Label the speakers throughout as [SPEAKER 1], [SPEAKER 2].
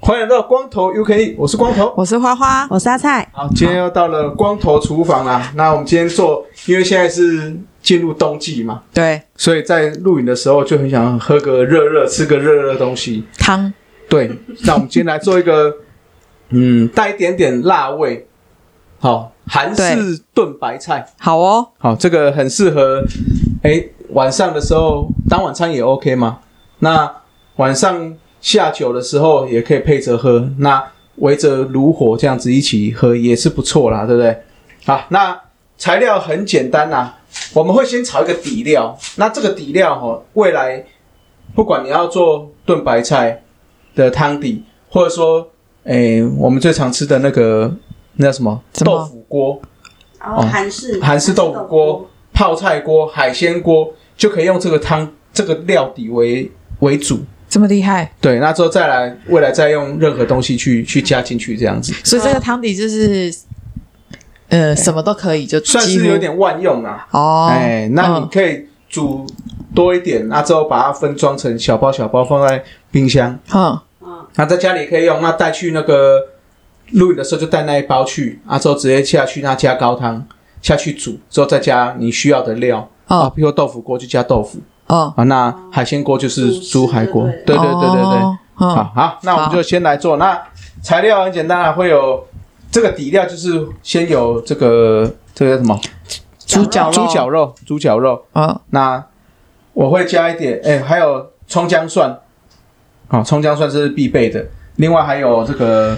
[SPEAKER 1] 欢迎来到光头 UK，我是光头。
[SPEAKER 2] 我是花花，
[SPEAKER 3] 我是阿菜，
[SPEAKER 1] 好，今天又到了光头厨房啦。那我们今天做，因为现在是进入冬季嘛，
[SPEAKER 2] 对
[SPEAKER 1] 所以在录影的时候就很想喝个热热，吃个热热的东西。
[SPEAKER 2] 汤，
[SPEAKER 1] 对，那我们今天来做一个，嗯，带一点点辣味，好，韩式炖白菜，
[SPEAKER 2] 好哦，
[SPEAKER 1] 好，这个很适合，哎，晚上的时候当晚餐也 OK 嘛。那晚上下酒的时候也可以配着喝，那围着炉火这样子一起喝也是不错啦，对不对？好，那材料很简单啦、我们会先炒一个底料，那这个底料哦，未来不管你要做炖白菜的汤底，或者说，哎，我们最常吃的那个那叫什么
[SPEAKER 2] 什么
[SPEAKER 1] 豆腐锅。
[SPEAKER 3] 然后韩式
[SPEAKER 1] 哦韩式豆腐锅，、泡菜锅、海鲜锅，就可以用这个汤这个料底为为主。
[SPEAKER 2] 这么厉害，
[SPEAKER 1] 对，那之后再来，未来再用任何东西去去加进去，这样子
[SPEAKER 2] 所以这个汤底就是，呃，什么都可以，就
[SPEAKER 1] 算
[SPEAKER 2] 几
[SPEAKER 1] 是
[SPEAKER 2] 乎
[SPEAKER 1] 有点万用啊。
[SPEAKER 2] 哦，
[SPEAKER 1] 哎，那你
[SPEAKER 2] 嗯
[SPEAKER 1] 可以煮多一点，那之后把它分装成小包小包放在冰箱，
[SPEAKER 2] 嗯，
[SPEAKER 3] 嗯，
[SPEAKER 1] 那在家里可以用，那带去那个录影的时候就带那一包去，啊之后直接下去那加高汤下去煮，之后再加你需要的料啊，
[SPEAKER 2] 哦，
[SPEAKER 1] 比如豆腐锅就加豆腐，
[SPEAKER 2] 哦，
[SPEAKER 1] 啊，那海鲜锅就是猪海锅，对对对对对，
[SPEAKER 2] 哦，嗯
[SPEAKER 1] 好，好，那我们就先来做。那材料很简单啊，会有这个底料，就是先有这个这个叫什么
[SPEAKER 2] 猪脚肉，
[SPEAKER 1] 猪脚，肉，猪脚肉。
[SPEAKER 2] 嗯，
[SPEAKER 1] 那我会加一点，哎、还有葱姜蒜，好、葱姜蒜是必备的。另外还有这个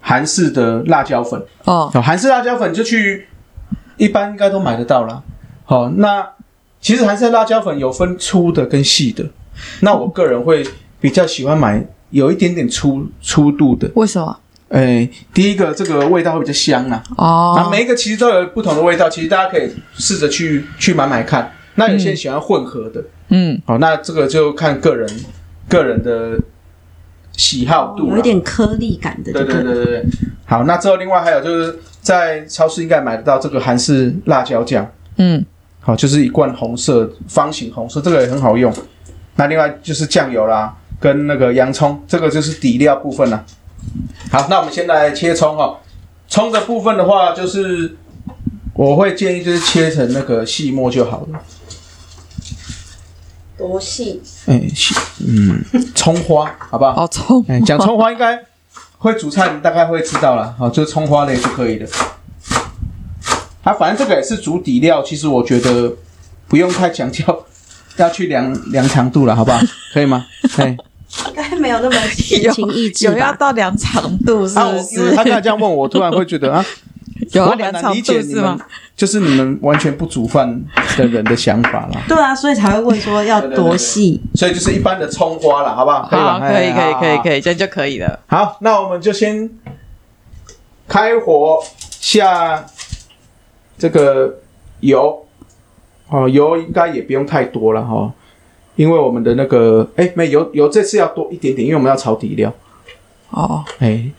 [SPEAKER 1] 韩式的辣椒粉，
[SPEAKER 2] 哦，
[SPEAKER 1] 好，韩式辣椒粉就去一般应该都买得到啦。好，那其实韩式辣椒粉有分粗的跟细的，那我个人会比较喜欢买有一点点粗粗度的。
[SPEAKER 2] 为什么？
[SPEAKER 1] 哎、第一个这个味道会比较香啊，那、
[SPEAKER 2] 哦，
[SPEAKER 1] 每一个其实都有不同的味道，其实大家可以试着去去买买看。那有些人喜欢混合的，
[SPEAKER 2] 嗯，
[SPEAKER 1] 好，那这个就看个人个人的喜好度啦、
[SPEAKER 3] 有一点颗粒感的，
[SPEAKER 1] 对对对对对。好，那之后另外还有就是在超市应该买得到这个韩式辣椒酱，
[SPEAKER 2] 嗯，
[SPEAKER 1] 好，就是一罐红色方形红色，这个也很好用。那另外就是酱油啦，跟那个洋葱，这个就是底料部分啦。好，那我们先来切葱哦。葱的部分的话，就是我会建议就是切成那个细末就好了。
[SPEAKER 3] 多细，
[SPEAKER 1] 哎、细嗯，葱花，好不好？
[SPEAKER 2] 哦，葱
[SPEAKER 1] 哎，，讲 葱花应该会煮菜，你大概会知道了。好，就是葱花类就可以了。啊，反正这个也是煮底料，其实我觉得不用太强调要去量量长度了，好不 好？可以吗？哎，
[SPEAKER 3] 应该没有那么闲情逸致
[SPEAKER 2] 有要
[SPEAKER 3] 吧？
[SPEAKER 2] 到量长 度是
[SPEAKER 1] 啊，我
[SPEAKER 2] 不
[SPEAKER 1] 因为他刚才
[SPEAKER 2] 是？
[SPEAKER 1] 这样问我，我突然会觉得啊，
[SPEAKER 2] 有
[SPEAKER 1] 我
[SPEAKER 2] 要
[SPEAKER 1] 很
[SPEAKER 2] 量
[SPEAKER 1] 难
[SPEAKER 2] 长
[SPEAKER 1] 理
[SPEAKER 2] 度
[SPEAKER 1] 解你
[SPEAKER 2] 是
[SPEAKER 1] 们
[SPEAKER 2] 吗？，
[SPEAKER 1] 就是你们完全不煮饭的人的想法啦。
[SPEAKER 3] 对啊，所以才会问说要多细，
[SPEAKER 1] 所以就是一般的葱花啦，好不好？可以吧？
[SPEAKER 2] 好，可以，
[SPEAKER 1] 哎
[SPEAKER 2] 可以，
[SPEAKER 1] 好
[SPEAKER 2] 可以
[SPEAKER 1] 好，
[SPEAKER 2] 可以，这样就可以了。
[SPEAKER 1] 好，那我们就先开火下这个油，哦，油应该也不用太多了哈、哦，因为我们的那个哎，没油油这次要多一点点，因为我们要炒底料。
[SPEAKER 2] 哦，
[SPEAKER 1] 哎，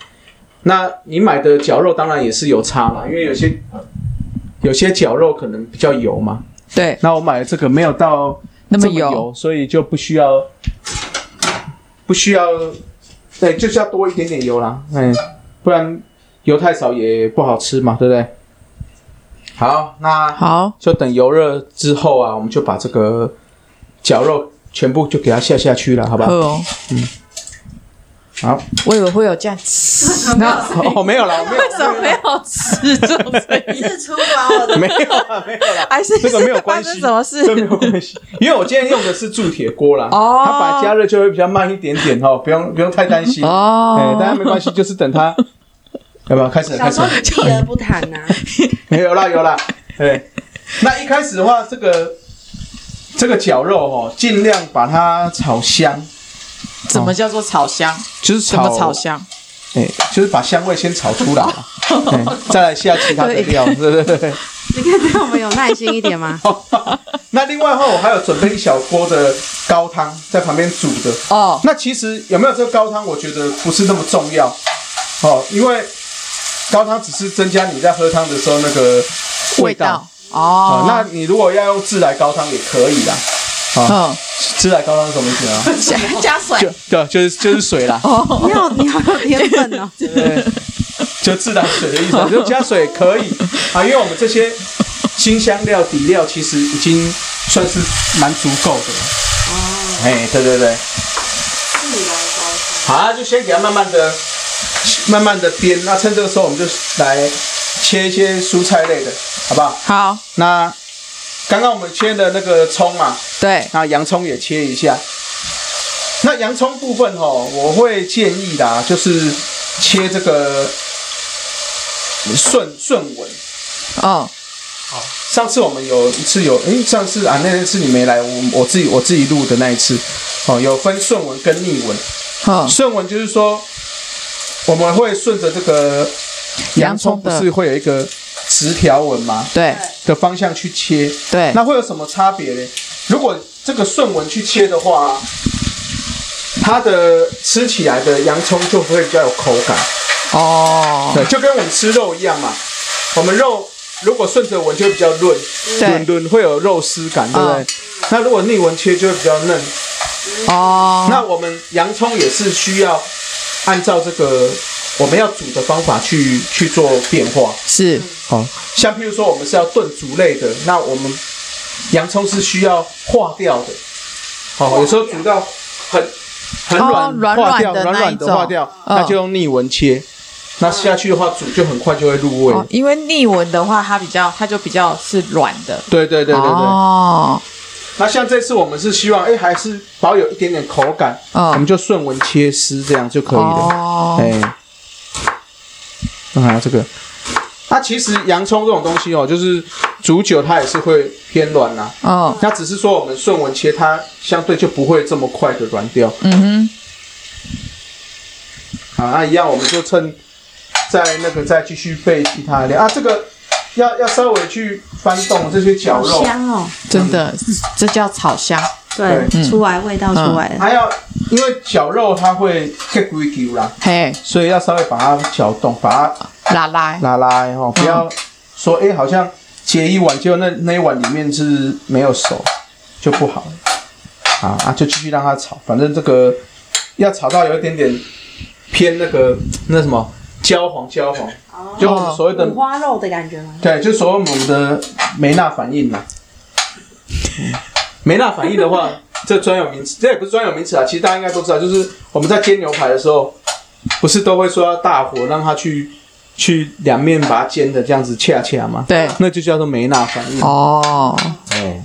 [SPEAKER 1] 那你买的绞肉当然也是有差嘛，因为有些有些绞肉可能比较油嘛。
[SPEAKER 2] 对，
[SPEAKER 1] 那我买的这个没有到
[SPEAKER 2] 那么
[SPEAKER 1] 这么油，所以就不需要不需要，对，就是要多一点点油啦，嗯，不然油太少也不好吃嘛，对不对？好，那
[SPEAKER 2] 好，
[SPEAKER 1] 就等油热之后啊，我们就把这个绞肉全部就给它下下去了，好
[SPEAKER 2] 好
[SPEAKER 1] 吧？嗯
[SPEAKER 2] 哦，
[SPEAKER 1] 好，
[SPEAKER 2] 我以为会有这 样，那
[SPEAKER 1] 哦，没有啦，没有
[SPEAKER 2] 为什么没有吃这种声音？
[SPEAKER 3] 是出包了，
[SPEAKER 1] 没有啦，没有啦，
[SPEAKER 2] 还是
[SPEAKER 1] 这个没有关
[SPEAKER 2] 发
[SPEAKER 1] 系
[SPEAKER 2] 生什么
[SPEAKER 1] 这没
[SPEAKER 2] 事？
[SPEAKER 1] 有关系，因为我今天用的是铸铁锅啦，
[SPEAKER 2] 哦
[SPEAKER 1] 它本来加热就会比较慢一点点哦，不用不用太担心。哎、
[SPEAKER 2] 哦，
[SPEAKER 1] 大家没关系，就是等他， 要不要开始了？
[SPEAKER 3] 小
[SPEAKER 1] 开始
[SPEAKER 3] 时候
[SPEAKER 1] 了，
[SPEAKER 3] 你避而不谈呐、啊，
[SPEAKER 1] 没有啦，有啦。对，那一开始的话，这个这个绞肉哦，尽量把它炒香，
[SPEAKER 2] 怎么叫做炒香？
[SPEAKER 1] 就是
[SPEAKER 2] 什
[SPEAKER 1] 炒
[SPEAKER 2] 么炒，香？
[SPEAKER 1] 哎、就是把香味先炒出 来嘛，哎再来下其他的料，对对对。
[SPEAKER 3] 你可以对我们有耐心一点吗？
[SPEAKER 1] 那另外的话，我还有准备一小锅的高汤在旁边煮着。
[SPEAKER 2] 哦，
[SPEAKER 1] 那其实有没有这个高汤，我觉得不是那么重要哦，因为高汤只是增加你在喝汤的时候那个
[SPEAKER 2] 味道哦
[SPEAKER 1] 哦，，那你如果要用自来高汤也可以啦。啊，
[SPEAKER 2] 嗯，
[SPEAKER 1] 自来高汤是什么意思啊？
[SPEAKER 2] 加 加
[SPEAKER 1] 就
[SPEAKER 2] 水
[SPEAKER 1] 对，就是就是水啦，
[SPEAKER 2] 嗯哦，
[SPEAKER 3] 你好，你好有天分哦！
[SPEAKER 1] 对， 就自来水的意思啊，就加水可以啊，因为我们这些新香料底料其实已经算是蛮足够的了。哦，哎，对对对，好啊，就先给它慢慢的、慢慢的煸。那趁这个时候，我们就来切一些蔬菜类的，好不好？
[SPEAKER 2] 好，
[SPEAKER 1] 那刚刚我们切的那个葱嘛，
[SPEAKER 2] 对，
[SPEAKER 1] 那洋葱也切一下。那洋葱部分哦，我会建议啦，就是切这个顺顺纹。
[SPEAKER 2] 哦，
[SPEAKER 1] 上次我们有一次有，诶，上次啊那次你没来，我我自己我自己录的那一次，哦，有分顺纹跟逆纹。
[SPEAKER 2] 哦，
[SPEAKER 1] 顺纹啊就是说，我们会顺着这个洋葱
[SPEAKER 2] 洋葱
[SPEAKER 1] 不
[SPEAKER 2] 的
[SPEAKER 1] 是会有一个直条纹吗？
[SPEAKER 2] 对
[SPEAKER 1] 的方向去切，
[SPEAKER 2] 对，
[SPEAKER 1] 那会有什么差别呢？如果这个顺纹去切的话，它的吃起来的洋葱就会比较有口感，
[SPEAKER 2] 哦，
[SPEAKER 1] 对，就跟我们吃肉一样嘛。我们肉如果顺着纹就会比较润，
[SPEAKER 2] 对
[SPEAKER 1] 润润会有肉丝感，对不对？
[SPEAKER 2] 嗯
[SPEAKER 1] 那如果逆纹切就会比较嫩。
[SPEAKER 2] 哦，
[SPEAKER 1] 那我们洋葱也是需要按照这个我们要煮的方法去去做变化。
[SPEAKER 2] 是
[SPEAKER 1] 好，像譬如说我们是要炖煮类的，那我们洋葱是需要化掉的。好，有时候煮到很很软、
[SPEAKER 2] 哦软
[SPEAKER 1] 化掉，
[SPEAKER 2] 软的
[SPEAKER 1] 软
[SPEAKER 2] 那
[SPEAKER 1] 软
[SPEAKER 2] 一
[SPEAKER 1] 的
[SPEAKER 2] 种
[SPEAKER 1] 化掉，
[SPEAKER 2] 嗯
[SPEAKER 1] 那就用逆纹切。那下去的话，煮就很快就会入味。
[SPEAKER 2] 哦，因为逆纹的话，它比较，它就比较是软的，
[SPEAKER 1] 对对对对对。
[SPEAKER 2] 哦，
[SPEAKER 1] 那像这次我们是希望，哎、还是保有一点点口感，
[SPEAKER 2] 嗯
[SPEAKER 1] 我们就顺纹切丝，这样就可以了。哎、
[SPEAKER 2] 哦，
[SPEAKER 1] 那还有这个，它其实洋葱这种东西哦，就是煮久它也是会偏软啦、
[SPEAKER 2] 哦，
[SPEAKER 1] 那只是说我们顺纹切，它相对就不会这么快的软掉。
[SPEAKER 2] 嗯哼，
[SPEAKER 1] 啊，那一样我们就趁在那个再继续备其他的料啊，这个要要稍微去翻动这些绞
[SPEAKER 3] 好
[SPEAKER 1] 肉，
[SPEAKER 3] 香哦！
[SPEAKER 2] 真的，这叫炒香，
[SPEAKER 3] 对，
[SPEAKER 2] 嗯
[SPEAKER 3] 出来味道出来了。
[SPEAKER 1] 还要因为绞肉它会 get 规矩啦，
[SPEAKER 2] 嘿，
[SPEAKER 1] 所以要稍微把它搅动，把它
[SPEAKER 2] 拉拉，
[SPEAKER 1] 拉拉哦，不要说哎、诶好像结一碗，结果那那一碗里面是没有熟，就不好了啊啊，就继续让它炒，反正这个要炒到有一点点偏那个那什么焦黄焦黄，
[SPEAKER 3] 哦
[SPEAKER 1] 就我们所谓的、
[SPEAKER 3] 五花肉的感觉吗？
[SPEAKER 1] 对，就所谓我们的梅纳反应啦。 梅纳反应的话，这专有名词，这也不是专有名词啊，其实大家应该都知道，就是我们在煎牛排的时候，不是都会说要大火让它去去两面把它煎的这样子恰恰吗？
[SPEAKER 2] 对，
[SPEAKER 1] 那就叫做梅纳反应。
[SPEAKER 2] 哦，
[SPEAKER 1] 哎，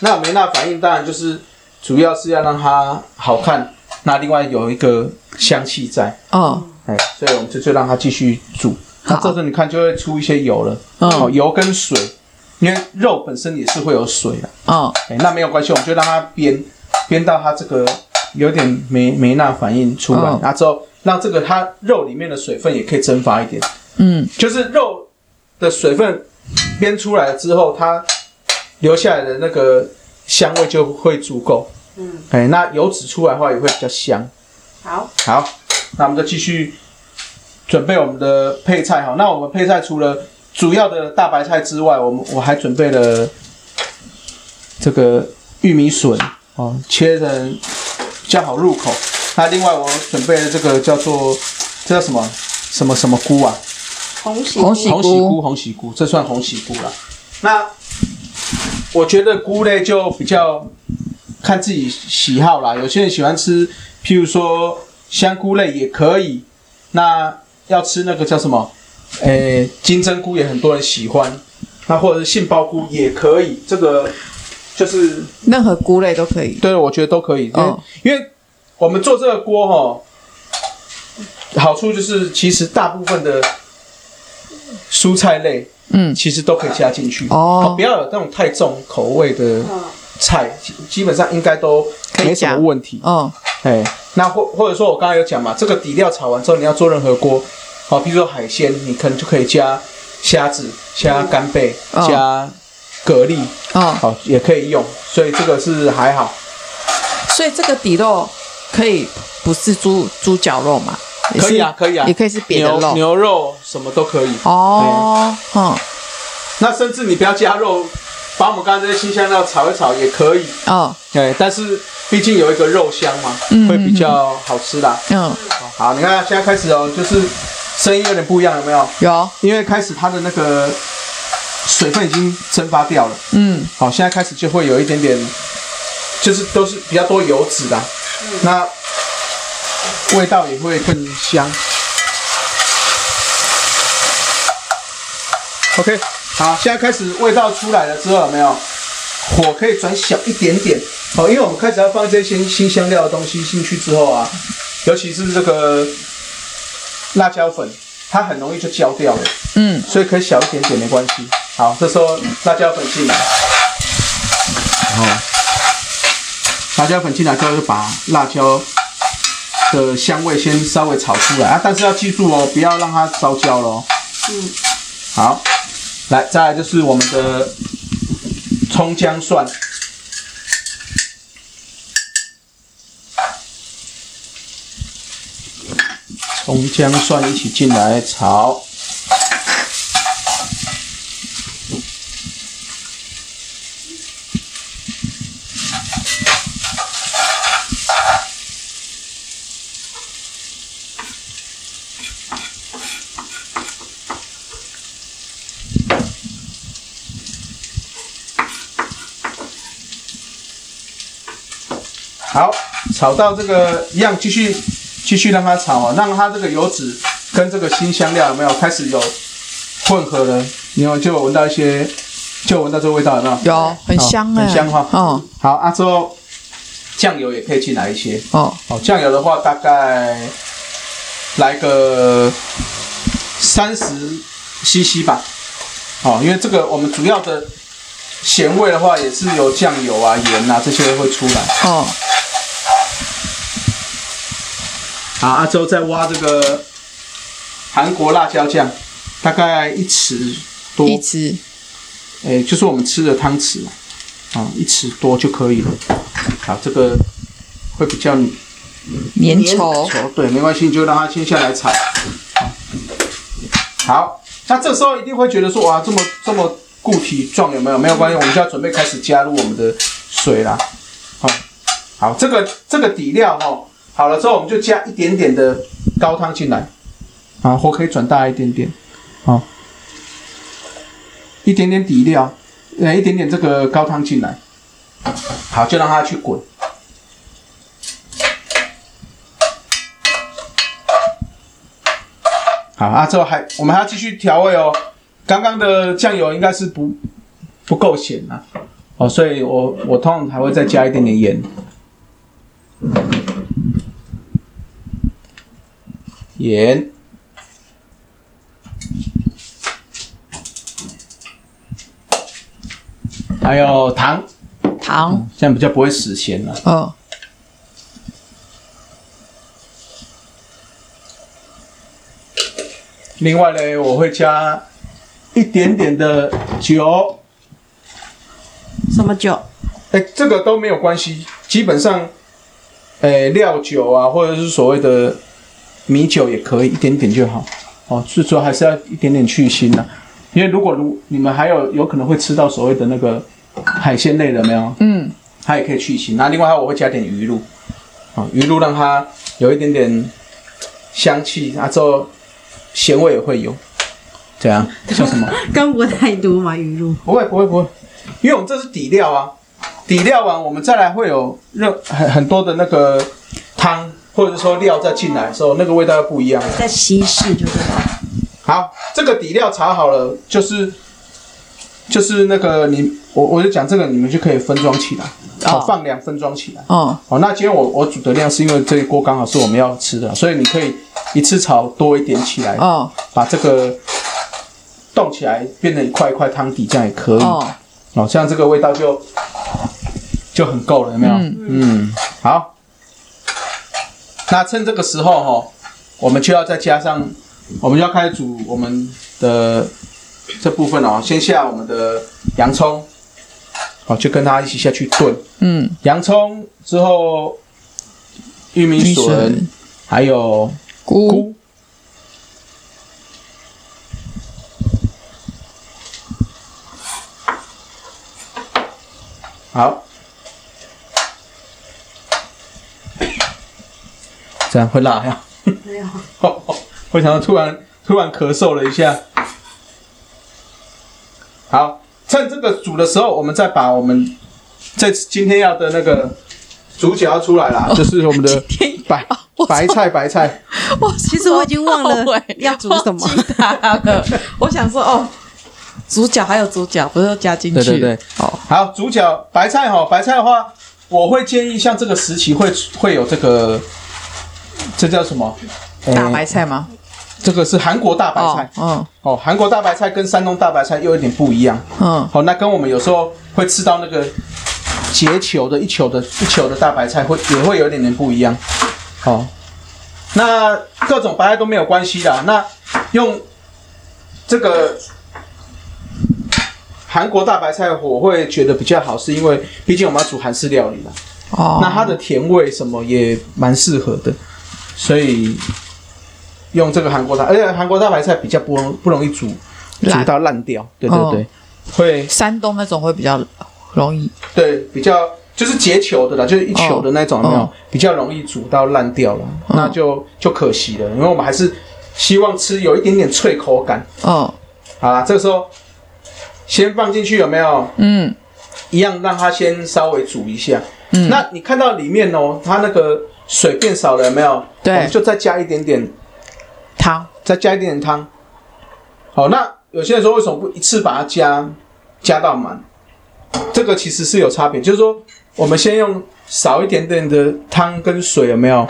[SPEAKER 1] 那梅纳反应当然就是主要是要让它好看，那另外有一个香气在，
[SPEAKER 2] 哦，
[SPEAKER 1] 哎，所以我们就就让它继续煮。那这时候你看就会出一些油了，
[SPEAKER 2] 嗯
[SPEAKER 1] 哦，油跟水，因为肉本身也是会有水的，
[SPEAKER 2] 哦，
[SPEAKER 1] 哎，那没有关系，我们就让它煸煸到它这个有点梅梅纳反应出来
[SPEAKER 2] 嗯，
[SPEAKER 1] 那、之后让这个它肉里面的水分也可以蒸发一点，
[SPEAKER 2] 嗯，
[SPEAKER 1] 就是肉的水分煸出来之后，它留下来的那个香味就会足够，
[SPEAKER 3] 嗯，
[SPEAKER 1] 哎，那油脂出来的话也会比较香。
[SPEAKER 3] 好，
[SPEAKER 1] 好，那我们就继续准备我们的配菜哈。那我们配菜除了主要的大白菜之外，我们我还准备了这个玉米笋哦，切成比较好入口。那另外我准备了这个叫做这叫什么什么什么菇啊？
[SPEAKER 3] 红喜
[SPEAKER 2] 红喜
[SPEAKER 1] 红喜菇，红喜菇，这算红喜菇啦。那我觉得菇类就比较看自己喜好啦，有些人喜欢吃，譬如说香菇类也可以。那要吃那个叫什么？诶，金针菇也很多人喜欢，那或者是杏鲍菇也可以。这个就是嗯
[SPEAKER 2] 任何菇类都可以，
[SPEAKER 1] 对，我觉得都可以，因为、
[SPEAKER 2] 哦
[SPEAKER 1] 因为我们做这个锅哈，好处就是其实大部分的蔬菜类
[SPEAKER 2] 嗯，
[SPEAKER 1] 其实都可以加进去
[SPEAKER 2] 哦
[SPEAKER 1] 不要有那种太重口味的
[SPEAKER 3] 嗯，
[SPEAKER 1] 菜，基基本上应该都
[SPEAKER 2] 可以
[SPEAKER 1] 没什么
[SPEAKER 2] 加
[SPEAKER 1] 问题。
[SPEAKER 2] 哦，
[SPEAKER 1] 哎，那或或者说我刚才有讲嘛，这个底料炒完之后，你要做任何锅，哦好，比如说海鲜，你可能就可以加虾子、加干贝、
[SPEAKER 2] 嗯
[SPEAKER 1] 加蛤蜊，
[SPEAKER 2] 哦，
[SPEAKER 1] 好、也可以用，所以这个是还好。
[SPEAKER 2] 所以这个底肉可以不是猪猪脚肉嘛？也是
[SPEAKER 1] 可以啊，可以啊，
[SPEAKER 2] 也可以是别的
[SPEAKER 1] 牛
[SPEAKER 2] 肉。
[SPEAKER 1] 牛肉什么都可以。
[SPEAKER 2] 哦，嗯，
[SPEAKER 1] 那甚至你不要加肉，把我们刚才这些新香料炒一炒也可以。
[SPEAKER 2] 哦，
[SPEAKER 1] 对，哎但是毕竟有一个肉香嘛，
[SPEAKER 2] 嗯
[SPEAKER 1] 会比较好吃啦。
[SPEAKER 2] 嗯，
[SPEAKER 1] 好，你看现在开始哦，就是声音有点不一样，有没有？
[SPEAKER 2] 有，
[SPEAKER 1] 因为开始它的那个水分已经蒸发掉了，
[SPEAKER 2] 嗯，
[SPEAKER 1] 好，现在开始就会有一点点，就是都是比较多油脂的，那味道也会更香。OK，好，现在开始味道出来了之后，有没有？火可以转小一点点，好，因为我们开始要放这些新香料的东西进去之后啊，尤其是这个辣椒粉，它很容易就焦掉了。
[SPEAKER 2] 嗯，
[SPEAKER 1] 所以可以小一点点没关系。好，这时候辣椒粉进来，然后辣椒粉进来之后就把辣椒的香味先稍微炒出来啊，但是要记住哦，不要让它烧焦了哦。
[SPEAKER 3] 嗯，
[SPEAKER 1] 好，来，再来就是我们的葱姜蒜。葱姜蒜一起进来炒，好，炒到这个一样，继续继续让它炒啊，让它这个油脂跟这个新香料有没有开始有混合了？你有就有闻到一些，就有闻到这个味道有没有？
[SPEAKER 2] 有，很
[SPEAKER 1] 好
[SPEAKER 2] 香哎，
[SPEAKER 1] 很香哈
[SPEAKER 2] 哦，
[SPEAKER 1] 好啊，之后酱油也可以进来一些。
[SPEAKER 2] 哦，
[SPEAKER 1] 好，酱油的话大概来个三十 CC 吧。好，因为这个我们主要的咸味的话也是有酱油啊、盐啊这些会出来。
[SPEAKER 2] 哦，
[SPEAKER 1] 好，阿周再挖这个韩国辣椒酱，大概一匙多，
[SPEAKER 2] 一直，
[SPEAKER 1] 诶、就是我们吃的汤匙嘛，啊、一匙多就可以了。好，这个会比较
[SPEAKER 2] 粘稠，
[SPEAKER 1] 稠，对，没关系，你就让它先下来炒。好，那这时候一定会觉得说，哇，这么这么固体状有没有？没有关系，我们就要准备开始加入我们的水啦。好，好，这个这个底料哦，好了之后我们就加一点点的高汤进来，啊，火可以转大一点点，好，一点点底料，呃，一点点这个高汤进来，好，就让它去滚。好啊，之后还我们还要继续调味哦。刚刚的酱油应该是不不够咸啊，哦，所以我我通常还会再加一点点盐，盐。还有糖，
[SPEAKER 2] 糖，
[SPEAKER 1] 这样比较不会死咸了、啊。
[SPEAKER 2] 哦，
[SPEAKER 1] 另外呢，我会加一点点的酒，
[SPEAKER 3] 什么酒？
[SPEAKER 1] 哎、这个都没有关系，基本上，哎、料酒啊，或者是所谓的米酒也可以，一点点就好。哦，最主要还是要一点点去腥啊，因为如果如你们还有有可能会吃到所谓的那个海鲜类的没有，
[SPEAKER 2] 嗯，
[SPEAKER 1] 它也可以去腥。那另外还有我会加点鱼露，啊、鱼露让它有一点点香气，啊之后咸味也会有。怎样？像什么？
[SPEAKER 3] 刚不太多嘛，鱼露。
[SPEAKER 1] 不会不会不会，因为我们这是底料啊，底料完我们再来会有热很很多的那个汤或者说料再进来的时候，那个味道又不一样了。
[SPEAKER 3] 在稀释就对了。
[SPEAKER 1] 好，这个底料炒好了，就是就是那个你我我就讲这个，你们就可以分装起来，好、
[SPEAKER 2] 哦
[SPEAKER 1] 放凉分装起来。
[SPEAKER 2] 哦，
[SPEAKER 1] 好，那今天我我煮的量是因为这一锅刚好是我们要吃的，所以你可以一次炒多一点起来，
[SPEAKER 2] 哦，
[SPEAKER 1] 把这个冻起来变成一块一块汤底，这样也可以。
[SPEAKER 2] 哦，
[SPEAKER 1] 哦，这样这个味道就就很够了，有没有？
[SPEAKER 2] 嗯
[SPEAKER 1] 嗯好。那趁这个时候哈、哦，我们就要再加上，我们就要开始煮我们的这部分哦。先下我们的洋葱，好，就跟它一起下去炖
[SPEAKER 2] 嗯，
[SPEAKER 1] 洋葱之后，玉米
[SPEAKER 2] 米
[SPEAKER 1] 笋
[SPEAKER 2] 笋、
[SPEAKER 1] 还有
[SPEAKER 2] 菇
[SPEAKER 1] 菇，好，这样会辣呀、
[SPEAKER 3] 没有，
[SPEAKER 1] 哦哦， 我想到突然突然咳嗽了一下。好，趁这个煮的时候，我们再把我们这次今天要的那个主角要出来啦，就是我们的
[SPEAKER 2] 哦今天
[SPEAKER 1] 白
[SPEAKER 2] 哦我
[SPEAKER 1] 白菜白菜。
[SPEAKER 2] 我
[SPEAKER 3] 其实我已经忘了
[SPEAKER 2] 好后悔
[SPEAKER 3] 要煮什么
[SPEAKER 2] 忘记它 了。我想说哦，主角还有主角，不是都加进去？
[SPEAKER 1] 对对对，
[SPEAKER 2] 哦，
[SPEAKER 1] 好，主角白菜哈，白菜的话，我会建议像这个时期会会有这个，这叫什么？呃
[SPEAKER 2] 大白菜吗？
[SPEAKER 1] 这个是韩国大白菜
[SPEAKER 2] 哦，
[SPEAKER 1] 哦，韩国大白菜跟山东大白菜又有点不一样。
[SPEAKER 2] 嗯
[SPEAKER 1] 好，那跟我们有时候会吃到那个结球的一球的一球的大白菜会也会有一点点不一样。好，那各种白菜都没有关系啦。那用这个韩国大白菜，我会觉得比较好，是因为毕竟我们要煮韩式料理啦。
[SPEAKER 2] 嗯，哦，
[SPEAKER 1] 那它的甜味什么也蛮适合的，所以用这个韩国大，而且韩国大白菜比较不容不容易煮煮
[SPEAKER 2] 烂
[SPEAKER 1] 到烂掉，对对对，
[SPEAKER 2] 哦
[SPEAKER 1] 会
[SPEAKER 2] 山东那种会比较容易
[SPEAKER 1] 对比较就是结球的啦，就是一球的那种，有没有、
[SPEAKER 2] 哦
[SPEAKER 1] 比较容易煮到烂掉了，那就就可惜了，因为我们还是希望吃有一点点脆口感。
[SPEAKER 2] 哦，
[SPEAKER 1] 好啦，这个时候先放进去有没有？
[SPEAKER 2] 嗯
[SPEAKER 1] 一样让它先稍微煮一下。
[SPEAKER 2] 嗯
[SPEAKER 1] 那你看到里面哦，它那个水变少了有没有？
[SPEAKER 2] 对
[SPEAKER 1] 我们就再加一点点，
[SPEAKER 2] 汤
[SPEAKER 1] 再加一点点汤。好，那有些人说为什么不一次把它加加到满？这个其实是有差别，就是说我们先用少一点点的汤跟水有没有？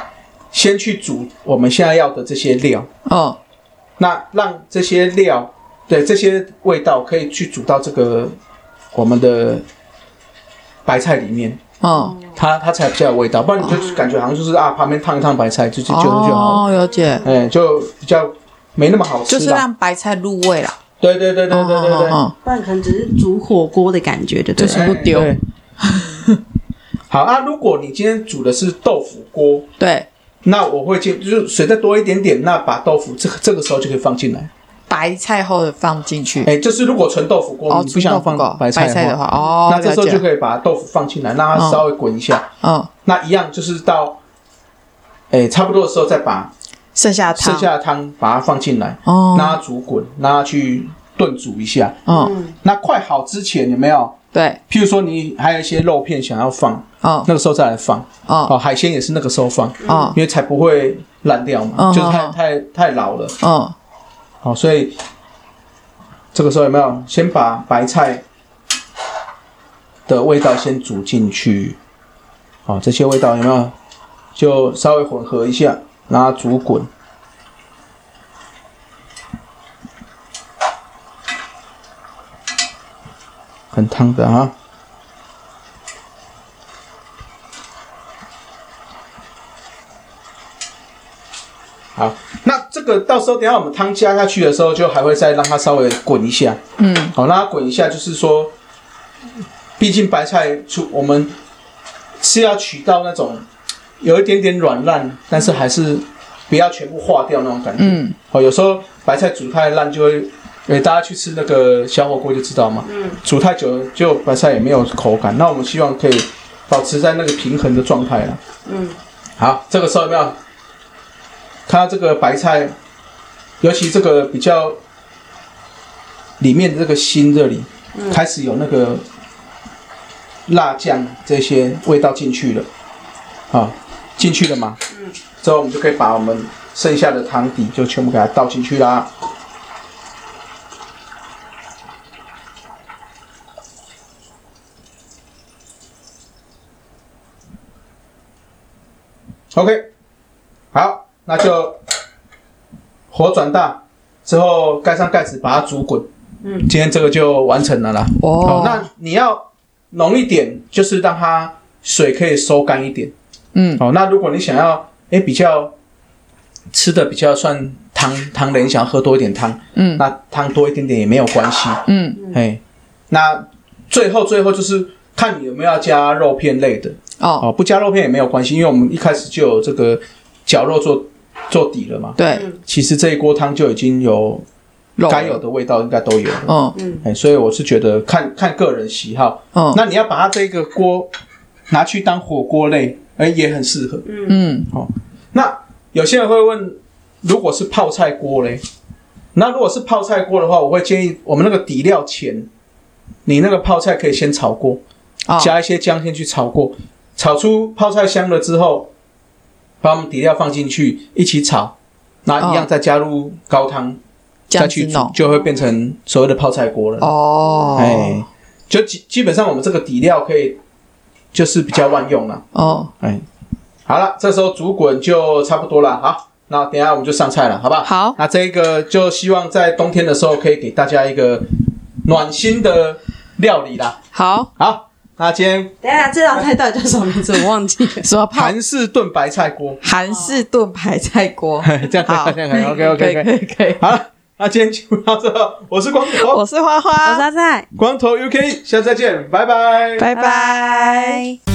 [SPEAKER 1] 先去煮我们现在要的这些料，
[SPEAKER 2] 哦，
[SPEAKER 1] 那让这些料，对这些味道可以去煮到这个我们的白菜里面。
[SPEAKER 2] 哦，
[SPEAKER 1] 它它才比较有味道，不然你就感觉好像就是啊，旁边烫一烫白菜就就就就好，
[SPEAKER 2] 哦，了解，
[SPEAKER 1] 哎、就比较没那么好吃
[SPEAKER 2] 就是
[SPEAKER 1] 啦。
[SPEAKER 2] 让白菜入味啦。
[SPEAKER 1] 对对对对对对对，
[SPEAKER 2] 哦，
[SPEAKER 3] 不然可能只是煮火锅的感觉，对不对？
[SPEAKER 2] 就是不丢
[SPEAKER 1] 哎。对好啊，如果你今天煮的是豆腐锅，
[SPEAKER 2] 对，
[SPEAKER 1] 那我会进，就是水再多一点点，那把豆腐这个这个时候就可以放进来。
[SPEAKER 2] 白菜后放进去。
[SPEAKER 1] 哎、就是如果纯豆腐锅、
[SPEAKER 2] 哦，
[SPEAKER 1] 你不
[SPEAKER 2] 纯豆
[SPEAKER 1] 想
[SPEAKER 2] 腐
[SPEAKER 1] 放
[SPEAKER 2] 够
[SPEAKER 1] 白菜
[SPEAKER 2] 菜的
[SPEAKER 1] 话，
[SPEAKER 2] 话，哦，
[SPEAKER 1] 那这时候就
[SPEAKER 2] 以，
[SPEAKER 1] 可以把豆腐放进来，让它稍微滚一下。
[SPEAKER 2] 嗯，
[SPEAKER 1] 那一样就是到，哎、差不多的时候再把
[SPEAKER 2] 剩下的汤，
[SPEAKER 1] 剩下的汤把它放进来。
[SPEAKER 2] 哦，
[SPEAKER 1] 让它煮滚，让它去炖煮一下。
[SPEAKER 2] 嗯，
[SPEAKER 3] 嗯，
[SPEAKER 1] 那快好之前有没有？
[SPEAKER 2] 对，
[SPEAKER 1] 譬如说你还有一些肉片想要放，
[SPEAKER 2] 哦
[SPEAKER 1] 那个时候再来放。
[SPEAKER 2] 哦
[SPEAKER 1] 哦，海鲜也是那个时候放，
[SPEAKER 2] 哦
[SPEAKER 1] 因为才不会烂掉嘛，
[SPEAKER 2] 嗯
[SPEAKER 1] 就是太
[SPEAKER 2] 嗯嗯
[SPEAKER 1] 太太老了。
[SPEAKER 2] 哦，
[SPEAKER 1] 哦，所以这个时候有没有先把白菜的味道先煮进去？哦，这些味道有没有就稍微混合一下，让它煮滚。很烫的啊！好，那这个到时候等一下我们汤加下去的时候，就还会再让它稍微滚一下。
[SPEAKER 2] 嗯，
[SPEAKER 1] 好，让它滚一下，就是说，毕竟白菜出我们是要取到那种有一点点软烂，但是还是不要全部化掉那种感觉。
[SPEAKER 2] 嗯，
[SPEAKER 1] 哦，有时候白菜煮太烂就会，呃，大家去吃那个小火锅就知道嘛，
[SPEAKER 3] 嗯，
[SPEAKER 1] 煮太久了就白菜也没有口感。那我们希望可以保持在那个平衡的状态啦。
[SPEAKER 3] 嗯，
[SPEAKER 1] 好，这个时候有没有看到这个白菜，尤其这个比较里面的这个心这里、开始有那个辣酱这些味道进去了，啊，进去了嘛，
[SPEAKER 3] 嗯，
[SPEAKER 1] 之后我们就可以把我们剩下的汤底就全部给它倒进去啦。OK，好，那就火转大之后盖上盖子，把它煮滚。
[SPEAKER 3] 嗯
[SPEAKER 1] 今天这个就完成了啦。
[SPEAKER 2] 哦，
[SPEAKER 1] 那你要浓一点，就是让它水可以收干一点。
[SPEAKER 2] 嗯，
[SPEAKER 1] 好、那如果你想要诶比较吃的比较算汤汤的，你想要喝多一点汤，
[SPEAKER 2] 嗯
[SPEAKER 1] 那汤多一点点也没有关系。
[SPEAKER 2] 嗯，
[SPEAKER 1] 哎，那最后最后就是看你有没有要加肉片类的
[SPEAKER 2] 哦，
[SPEAKER 1] 哦，不加肉片也没有关系，因为我们一开始就有这个绞肉做做底了嘛。
[SPEAKER 2] 对，
[SPEAKER 1] 其实这一锅汤就已经有
[SPEAKER 2] 肉
[SPEAKER 1] 该有的味道，应该都有了。
[SPEAKER 2] 嗯
[SPEAKER 1] 哎，所以我是觉得看看个人喜好。
[SPEAKER 2] 嗯
[SPEAKER 1] 那你要把它这个锅拿去当火锅类，哎，也很适合。
[SPEAKER 2] 嗯，
[SPEAKER 1] 那有些人会问，如果是泡菜锅嘞？那如果是泡菜锅的话，我会建议我们那个底料前，你那个泡菜可以先炒过，
[SPEAKER 2] 哦
[SPEAKER 1] 加一些姜先去炒过，炒出泡菜香了之后，把我们底料放进去一起炒，那一样
[SPEAKER 2] 哦
[SPEAKER 1] 再加入高汤，再
[SPEAKER 2] 姜
[SPEAKER 1] 去
[SPEAKER 2] 汁
[SPEAKER 1] 煮
[SPEAKER 2] 弄
[SPEAKER 1] 就会变成所谓的泡菜锅了。
[SPEAKER 2] 哦，
[SPEAKER 1] 哎，就基基本上我们这个底料可以就是比较万用了。
[SPEAKER 2] 哦，
[SPEAKER 1] 哎，好了，这时候煮滚就差不多了。好，那等一下我们就上菜了，好不好？
[SPEAKER 2] 好，
[SPEAKER 1] 那这个就希望在冬天的时候可以给大家一个暖心的料理啦。
[SPEAKER 2] 好，
[SPEAKER 1] 好，那今天
[SPEAKER 3] 等一下，这道菜到底叫什么名字？我忘记 了。
[SPEAKER 2] 什么泡
[SPEAKER 1] 韩式炖白菜锅，，
[SPEAKER 2] 韩式炖白菜锅
[SPEAKER 1] 这样可
[SPEAKER 2] 好
[SPEAKER 1] 以，这样可以，OK
[SPEAKER 2] 可以
[SPEAKER 1] OK
[SPEAKER 2] 可
[SPEAKER 1] OK。
[SPEAKER 2] 以可以，
[SPEAKER 1] 好了，那今天就到这了，我是光头，
[SPEAKER 2] 我是花
[SPEAKER 3] 我
[SPEAKER 2] 花，
[SPEAKER 3] 是菜，
[SPEAKER 1] 光头 UK，下次再见，拜拜。
[SPEAKER 2] 拜
[SPEAKER 3] 拜
[SPEAKER 2] 拜。
[SPEAKER 3] 拜。